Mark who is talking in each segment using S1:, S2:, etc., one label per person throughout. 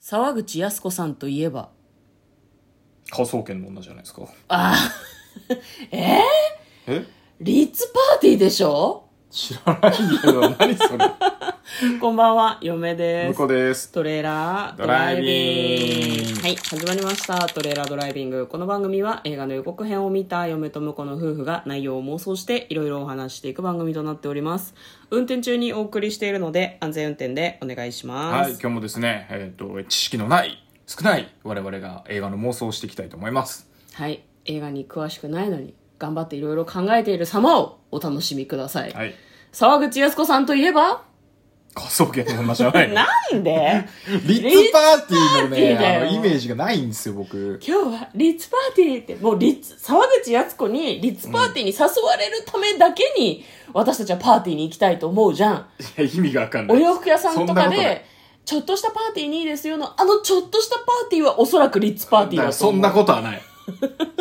S1: 沢口靖子さんといえば
S2: 科捜研の女じゃないですか。
S1: ああえ
S2: え
S1: リッツパーティーでしょ
S2: 知らないんだけど、何それ。
S1: こんばんは嫁で
S2: 向
S1: す
S2: こうです。
S1: トレーラード
S2: ド
S1: ラ
S2: ラ
S1: イ
S2: イ
S1: ビ
S2: ビ
S1: ン
S2: ン
S1: グ
S2: グ
S1: はい始まりましたトレーラードライビングこの番組は映画の予告編を見た嫁と婿の夫婦が内容を妄想していろいろお話していく番組となっております運転中にお送りしているので安全運転でお願いしま
S2: はい、
S1: す
S2: 今日もですね、えっ、と、知識のない、少ない我々が映画の妄想をしていきたいと思います。
S1: はい、映画に詳しくないのに頑張っていろいろ考えている様をお楽しみください、
S2: はい。
S1: 沢口靖子さんといえば
S2: 科捜研の女じゃない。
S1: なんで
S2: リッツパーティーの
S1: リッツパーティーだ
S2: ね、あ
S1: よ
S2: の、イメージがないんですよ、僕。
S1: 今日はリッツパーティーってもうリッツ沢口靖子にリッツパーティーに誘われるためだけに、私たちはパーティーに行きたいと思うじゃん
S2: いや、意味がわかんない。
S1: お洋服屋さんと
S2: そな
S1: か
S2: ことない
S1: でちょっとしたパーティーにいいですよのあのちょっとしたパーティーはおそらくリッツパーティーだと
S2: そ
S1: 思うん
S2: なことはない。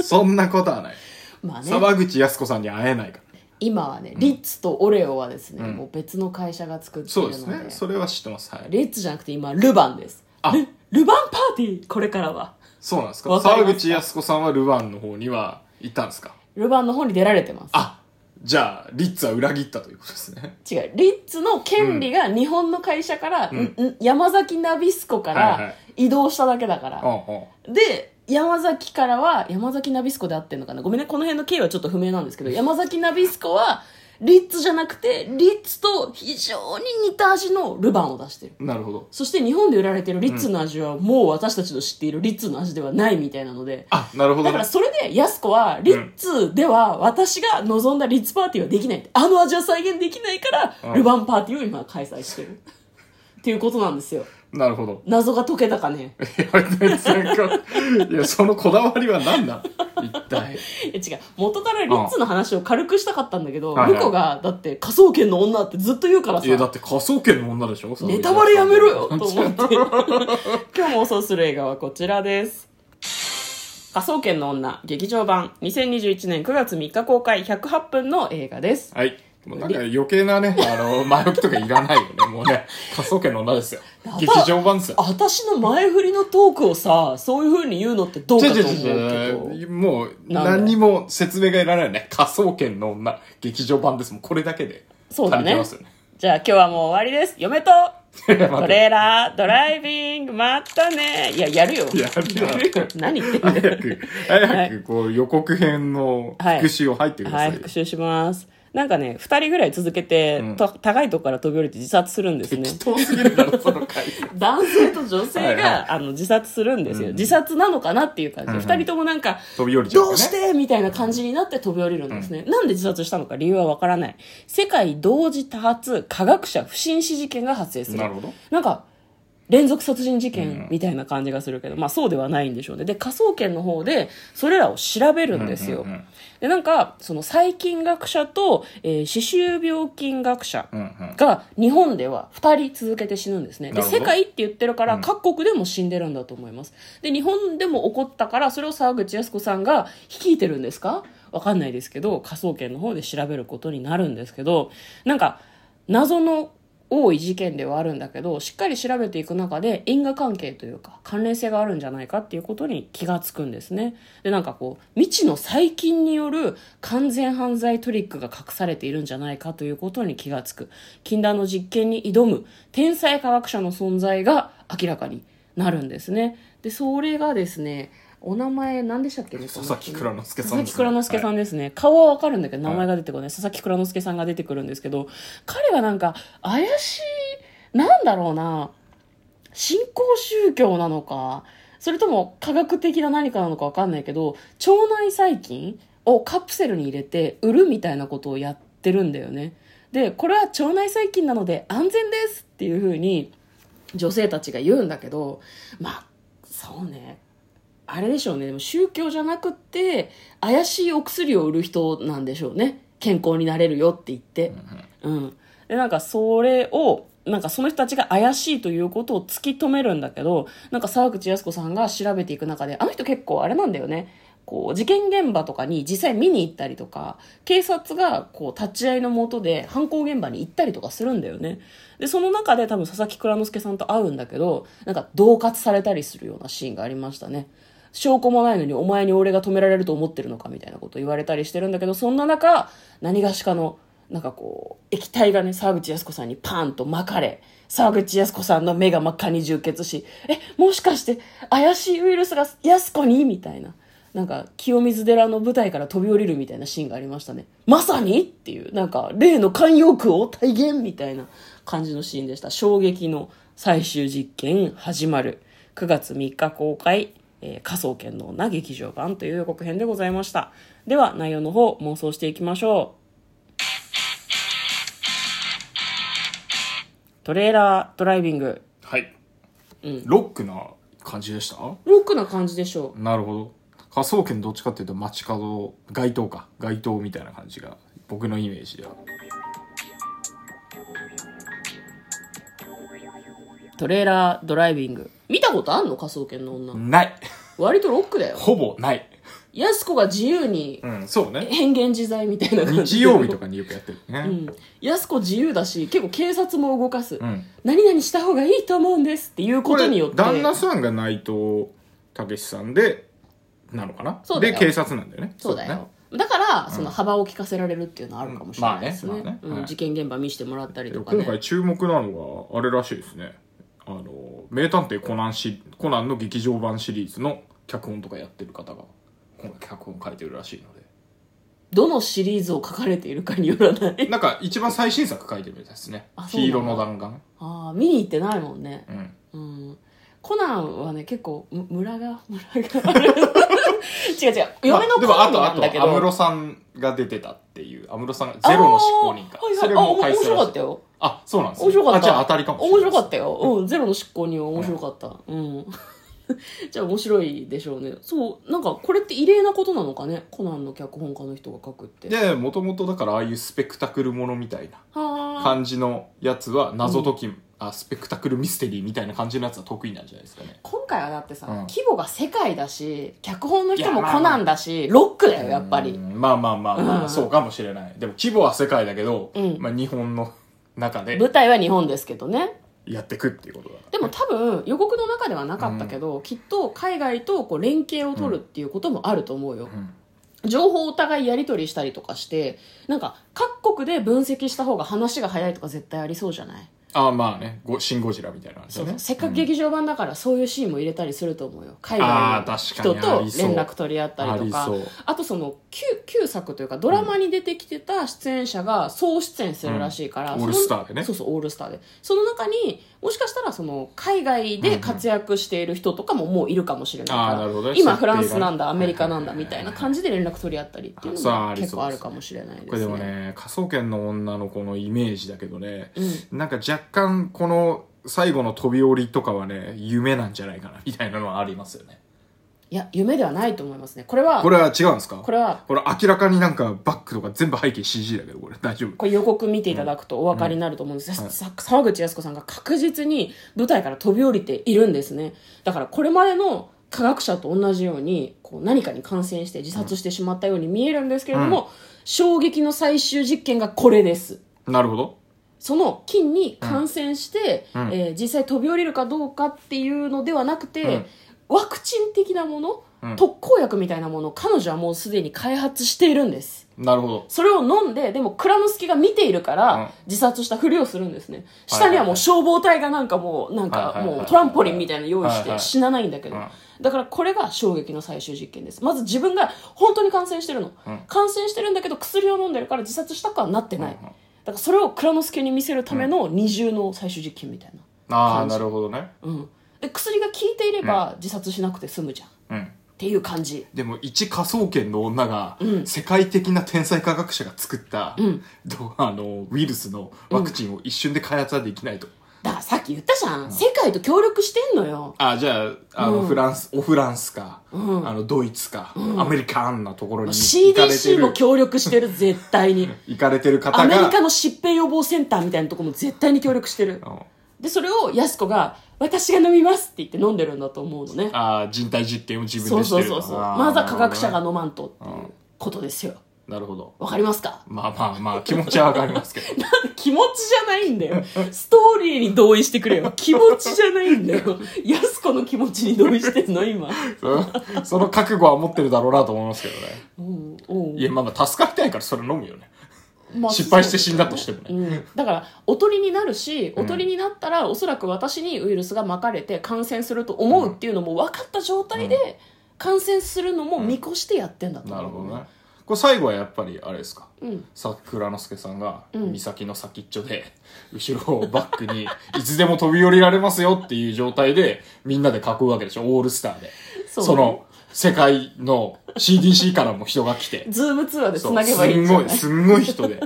S2: そんなことは ない。
S1: まあね
S2: 沢口靖子さんに会えないから。
S1: 今はねリッツとオレオはですね、
S2: うん
S1: もう別の会社が作っている
S2: そう
S1: の
S2: で
S1: です
S2: ね。それは知ってます。はい。
S1: リッツじゃなくて今ルバンです
S2: あ
S1: ルルバンパーティーこれからは
S2: そうなんですか
S1: わかり
S2: 沢
S1: ます
S2: 口靖子さんはルワンの方には行ったんですか
S1: ルバンの方に出られてます
S2: あ、じゃあ、リッツは裏切ったということですね。
S1: 違うリッツの権利が日本の会社から、
S2: うん
S1: んん山崎ナビスコか
S2: はいは
S1: ら移動しただけだから、
S2: うんうん。
S1: で山崎からは山崎ナビスコで合ってんのかなごめんねこの辺の経緯はちょっと不明なんですけど山崎ナビスコはリッツじゃなくてリッツと非常に似た味のルバンを出してる
S2: なるほど。
S1: そして日本で売られてるリッツの味はもう私たちの知っているリッツの味ではないみたいなので、
S2: あ、なるほど
S1: だか
S2: ね
S1: ら。それで、やす子は、リッツでは、私が望んだリッツパーティーはできない。あの味は再現できないから、
S2: うん
S1: ルヴァンパーティーを今開催してる。っていうことなんですよ。
S2: なるほど。
S1: 謎が解けたかね。
S2: いや、なんかいや、そのこだわりは何だ一体。
S1: いや違う。元からリッツの話を軽くしたかったんだけど、
S2: はいはい
S1: 向こうが、だって、科捜研の女ってずっと言うから
S2: いや、だっ
S1: さ、
S2: て科捜研の女でしょ
S1: ネタバレやめろよと思って。今日妄想する映画はこちらです。科捜研の女劇場版2021年9月3日公開108分の映画です。
S2: はい。もうなんか余計なね、あの、前置きとかいらないよね。もうね、科捜研の女ですよ
S1: やば。
S2: 劇場版ですよ。
S1: 私の前振りのトークをさそういうふうに言うのってどうか
S2: 違
S1: と
S2: う
S1: 思う
S2: 違う
S1: け
S2: 違
S1: ど
S2: うもう、
S1: なんだよ
S2: 何にも説明がいらないよね。科捜研の女、劇場版ですもん。これだけで。
S1: そうだね
S2: 足りてますよね。
S1: じゃあ今日はもう終わりです嫁 とトレーラードライビングまたねいややるよ
S2: やるよ
S1: 何言ってんの
S2: 早く、早く、こう、予告編の復習を入ってく
S1: は
S2: ださ
S1: い
S2: いよ。
S1: 復習しますなんかね2人ぐらい続けて、
S2: うん
S1: と高いとこから飛び降りて自殺するん ですね
S2: 適当すぎるだろ、その 回。
S1: 男性と女性が
S2: はいはい
S1: あの自殺するんですよ、
S2: うん
S1: 自殺なのかなっていう感じで、
S2: うんうん
S1: 2人ともなんか
S2: 飛び降りちゃ
S1: ど
S2: うからね
S1: うしてみたいな感じになって飛び降りるんですね、なんで自殺したのか理由はわからない世界同時多発科学者不審死事件が発生する
S2: なるほど。
S1: なんか連続殺人事件みたいな感じがするけど、まあそうではないんでしょうねで科捜研の方でそれらを調べるんですよ、
S2: うんうん
S1: でなんかその細菌学者と、えー歯周病菌学者
S2: うんうん
S1: が日本では2人続けて死ぬんですねで
S2: なるほど
S1: 世界って言ってるか
S2: う
S1: ら
S2: ん
S1: 各国でも死んでるんだと思います、で日本でも起こったからそれを沢口靖子さんが率いてるんですかわかんないですけど科捜研の方で調べることになるんですけどなんか謎の多い事件ではあるんだけどしっかり調べていく中で因果関係というか関連性があるんじゃないかっていうことに気がつくんですねでなんかこう未知の細菌による完全犯罪トリックが隠されているんじゃないかということに気がつく禁断の実験に挑む天才科学者の存在が明らかになるんですねでそれがですねお名前何でしたっけね
S2: 佐々木蔵之介
S1: 佐
S2: さ
S1: 々
S2: ん
S1: 木
S2: ですね。
S1: 蔵之介さ
S2: はい
S1: んですね、顔はわかるんだけど名前が出てこない、佐々木蔵之介さんが出てくるんですけど彼がなんか怪しいなんだろうな信仰宗教なのかそれとも科学的な何かなのかわかんないけど腸内細菌をカプセルに入れて売るみたいなことをやってるんだよねでこれは腸内細菌なので安全ですっていうふうに女性たちが言うんだけどまあそうねあれでしょうねでも宗教じゃなくって怪しいお薬を売る人なんでしょうね健康になれるよって言ってうんでなんかそれをなんかその人たちが怪しいということを突き止めるんだけどなんか沢口靖子さんが調べていく中であの人結構あれなんだよねこう、事件現場とかに実際見に行ったりとか、警察がこう、立ち会いのもとで犯行現場に行ったりとかするんだよね。で、その中で多分佐々木蔵之介さんと会うんだけど、なんか、恫喝されたりするようなシーンがありましたね。証拠もないのにお前に俺が止められると思ってるのかみたいなこと言われたりしてるんだけど、そんな中、何がしかの、なんかこう、液体がね、沢口靖子さんにパンと巻かれ、沢口靖子さんの目が真っ赤に充血し、え、もしかして怪しいウイルスが靖子にみたいな。なんか、清水寺の舞台から飛び降りるみたいなシーンがありましたね。まさにっていう、なんか、例の慣用句を体現みたいな感じのシーンでした。衝撃の最終実験始まる。9月3日公開、えー、科捜研の女劇場版という予告編でございました。では、内容の方、妄想していきましょう。トレーラードライビング。
S2: はい、ロックな感じでした
S1: ロックな感じでしょう。
S2: なるほど科捜研どっちかっていうと街角街灯か街灯みたいな感じが僕のイメージでは
S1: トレーラードライビング。見たことあんの科捜研の女。
S2: ない
S1: 割とロックだよ。
S2: ほぼない
S1: やす子が自由に
S2: うんそうね
S1: 変幻自在みたいな感じ
S2: 日曜日とかによくやってる
S1: う
S2: ね
S1: ん、やす子自由だし結構警察も動かす、
S2: うん、
S1: 何々した方がいいと思うんですっていうことによって
S2: これ旦那さんが内藤武さんでなのかな
S1: そうだよ
S2: で警察なんだよね
S1: そうだよ
S2: ね
S1: だからその幅を利かせられるっていうのはあるかもしれないですね,、
S2: うんまあねまあね
S1: うん、
S2: はい
S1: 事件現場見せてもらったりとか
S2: 今
S1: ね
S2: 回注目なのがあれらしいですねあの名探偵コナンシコナンの劇場版シリーズの脚本とかやってる方が今回脚本書いてるらしいので
S1: どのシリーズを書かれているかによらない
S2: なんか一番最新作書いてるみたいですね
S1: あ
S2: 「
S1: そうな
S2: 黄
S1: んだ
S2: 色の弾丸
S1: ああ見に行ってないもんね」、
S2: うん、
S1: うん、コナンはね結構む村が村があ る違う違う嫁の
S2: まあ
S1: コ
S2: でも
S1: ナ
S2: あ
S1: ンな
S2: と
S1: んだ
S2: あ
S1: け
S2: と安
S1: ど
S2: 室さんが出てたっていう安室さんがゼロの執行人
S1: あ
S2: か
S1: ーはいはい
S2: それも
S1: あ
S2: 返
S1: 面
S2: す
S1: 白
S2: ら
S1: か
S2: し
S1: っ
S2: い
S1: たよ
S2: あそうなんです、ね、
S1: 面白かった
S2: あじゃあ当たりかもしれない
S1: 面白か
S2: た
S1: ったよ、うん、ゼロの執行人は面白かった、うん じゃあ面白いでしょうねそうなんかこれって異例なことなのかねコナンの脚本家の人が書くって
S2: でもともとだからああいうスペクタクルものみたいな
S1: はあ
S2: 感じのやつは謎解き、あスペクタクルミステリーみたいな感じのやつは得意なんじゃないですかね
S1: 今回はだってさ、
S2: うん
S1: 規模が世界だし脚本の人
S2: いや
S1: も
S2: まあまあ
S1: コナンだし、ロックだよやっぱり、
S2: うんまあまあまあまあ、
S1: うん
S2: そうかもしれないでも規模は世界だけど、
S1: うん
S2: まあ、日本の中で
S1: 舞台は日本ですけどね
S2: やってくっていうことだから
S1: でも多分予告の中ではなかったけど、きっと海外とこう連携を取るっていうこともあると思うよ、
S2: うん
S1: 情報をお互いやり取りしたりとかしてなんか各国で分析した方が話が早いとか絶対ありそうじゃない
S2: ああまあねゴシン・ゴジラみたいな感じ
S1: そ
S2: だ
S1: う
S2: ね
S1: せっかく劇場版だからそういうシーンも入れたりすると思うよ海
S2: あ
S1: 外
S2: ー
S1: の
S2: 確か
S1: 人
S2: に
S1: と
S2: ありそう
S1: 連絡取り合ったりとか
S2: あ
S1: あ
S2: りそう
S1: とその旧旧作というかドラマに出てきてた出演者が総出演するらしいから、
S2: うん
S1: その
S2: オールスターでね
S1: そうそうオールスターでその中にもしかしたらその海外で活躍している人とかももういるかもしれない
S2: あ
S1: か
S2: ー
S1: ら、
S2: なるほどね
S1: 今フランスなんだア
S2: 設定がね
S1: メリカなんだ
S2: はいは
S1: み
S2: いはい
S1: た
S2: は
S1: い
S2: い
S1: な感じで連絡取り合ったりっていうの
S2: あそうあ
S1: も
S2: りそうです
S1: 結構あるかもしれないですね
S2: これでもね科捜研の女の子のイメージだけどね、
S1: う
S2: なんか若干この最後の飛び降りとかはね夢なんじゃないかなみたいなのはありますよね
S1: いや夢ではないと思いますねこれは
S2: これは違うんですか
S1: これは
S2: これ明らかになんかバックとか全部背景 CG だけどこれ大丈夫
S1: これ予告見ていただくとお分かりになると思うんです、
S2: うんはい
S1: さ沢口靖子さんが確実に舞台から飛び降りているんですねだからこれまでの科学者と同じようにこう何かに感染して自殺してしまったように見えるんですけれども、衝撃の最終実験がこれです
S2: なるほど
S1: その菌に感染して、
S2: うんう
S1: え
S2: ん
S1: ー実際飛び降りるかどうかっていうのではなくて、ワクチン的なもの、
S2: うん
S1: 特効薬みたいなものを彼女はもうすでに開発しているんです
S2: なるほど
S1: それを飲んで、でも蔵之介が見ているか
S2: うん
S1: ら、自殺したふりをするんですね。
S2: はい
S1: 下にはもう消防隊がなんかもう、なん
S2: はいは
S1: か
S2: いはい
S1: もうトランポリンみたいなの用意し
S2: はいは
S1: て
S2: い
S1: 死なないんだけど
S2: うん。
S1: だからこれが衝撃の最終実験です。まず自分が本当に感染してるの
S2: うん。
S1: 感染してるんだけど薬を飲んでるから自殺したくはなってない。
S2: うん
S1: だからそれを蔵之介に見せるための二重の最終実験みたいな。
S2: ああ
S1: 感じ
S2: なるほどね
S1: うん。で、薬が効いていれば自殺しなくて済むじゃん。っ
S2: うん
S1: ていう感じ。
S2: でも一科捜研の女が
S1: ん
S2: 世界的な天才科学者が作った、
S1: ん
S2: どあのウイルスのワクチンを一瞬で開発はできないと、
S1: だからさっき言ったじゃん。世界と協力してんのよ。
S2: あじゃああの、
S1: うん
S2: フランスおフランスか、
S1: うん
S2: あのドイツか、アメリカンなところに行かれて
S1: CDC
S2: る
S1: も協力してる、絶対に。
S2: 行かれてる方が
S1: アメリカの疾病予防センターみたいなとこも絶対に協力してる。
S2: うん
S1: でそれを安子が「私が飲みます」って言って飲んでるんだと思うのね
S2: ああ人体実験を自分
S1: そう
S2: でし
S1: そ
S2: て
S1: う
S2: る
S1: そ
S2: と
S1: うそう
S2: あー
S1: まずは科学者が
S2: なる
S1: 飲まんとっていうことですよ
S2: ほど
S1: わかりますか
S2: まあまあまあ気持ちはわかりますけど
S1: 気持ちじゃないんだよストーリーに同意してくれよ気持ちじゃないんだ よ安子の気持ちに同意してんの今
S2: そのその覚悟は持ってるだろうなと思いますけどね
S1: うんうん
S2: いやまあまあ助かりたいからそれ飲むよね
S1: まあ
S2: 失敗して死んだとしてもね
S1: そうだようんだからおとりになるし
S2: うん
S1: おとりになったら、おそらく私にウイルスがまかれて感染すると思うっていうのも分かった状態で、感染するのも見越してやってんだと
S2: なるほ
S1: 思う、
S2: どねこれ最後はやっぱりあれですか
S1: うん
S2: 桜之助さんが
S1: うん
S2: 岬の先っちょで後ろをバックに いつでも飛び降りられますよっていう状態でみんなで囲うわけでしょオールスターで
S1: そ
S2: そうの世界の CDC からも人が来て
S1: ズーム通話でつ
S2: そう
S1: なげ
S2: す
S1: ばいいん
S2: ん
S1: じゃ
S2: ご
S1: ない
S2: いすんごい人で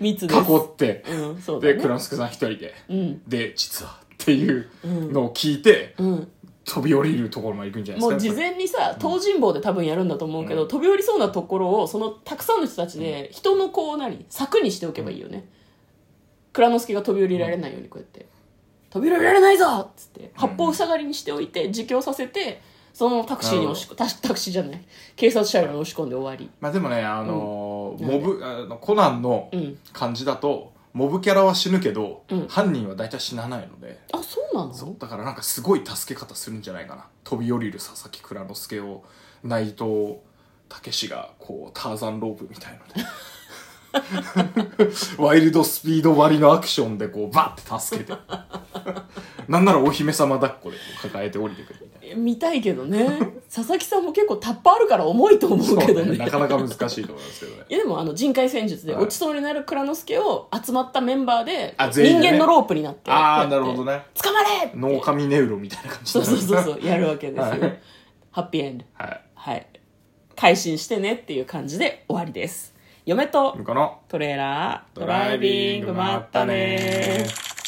S1: 密
S2: 囲
S1: です
S2: って
S1: うんそうだ
S2: で
S1: ね
S2: 蔵之介さん一人で
S1: うん
S2: で実はっていうのを聞いて
S1: うん、
S2: 飛び降りるところまで行くんじゃない
S1: もう
S2: です
S1: 事
S2: かやっ
S1: 前にさ東尋坊で多分やるんだと思うけど、
S2: うん
S1: 飛び降りそうなところをそのたくさんの人たちで人のこう何柵にしておけばいいよね、蔵之介が飛び降りられないようにこうやって「飛び降りられないぞ!」っつって八方塞がりにしておいて自供させてそのタクシーに押しタタクシーじゃない警察車両に押し込んで終わり
S2: まあでもねあのー
S1: うん
S2: モブあのコナンの
S1: うん
S2: 感じだとモブキャラは死ぬけど、
S1: うん
S2: 犯人は大体死なないので
S1: あそうなの
S2: そうだからなんかすごい助け方するんじゃないかな飛び降りる佐々木蔵之介を内藤武志がこうターザンロープみたい のでワイルドスピード割りのアクションでこうバッて助けてなんならお姫様抱っこでこう抱えて降りてくるみたいな。
S1: え見たいけどね佐々木さんも結構タッパあるから重いと思うけど
S2: そう
S1: ね
S2: ねなかなか難しいと思いますけどね
S1: いやでもあの人海戦術で
S2: はい
S1: 落ちそうになる蔵之介を集まったメンバーで
S2: あ全
S1: 人
S2: 員でね
S1: 間のロープになって
S2: ああ
S1: こう
S2: な
S1: やっ
S2: る
S1: て
S2: ほどね
S1: 捕まれって
S2: 脳神ネウロみたいな感じ
S1: そうそうそうそううやるわけですよ、
S2: はい
S1: ハッピーエンド
S2: はい
S1: はい改心してねっていう感じで終わりです嫁と
S2: この
S1: トレーラードライビングまったねー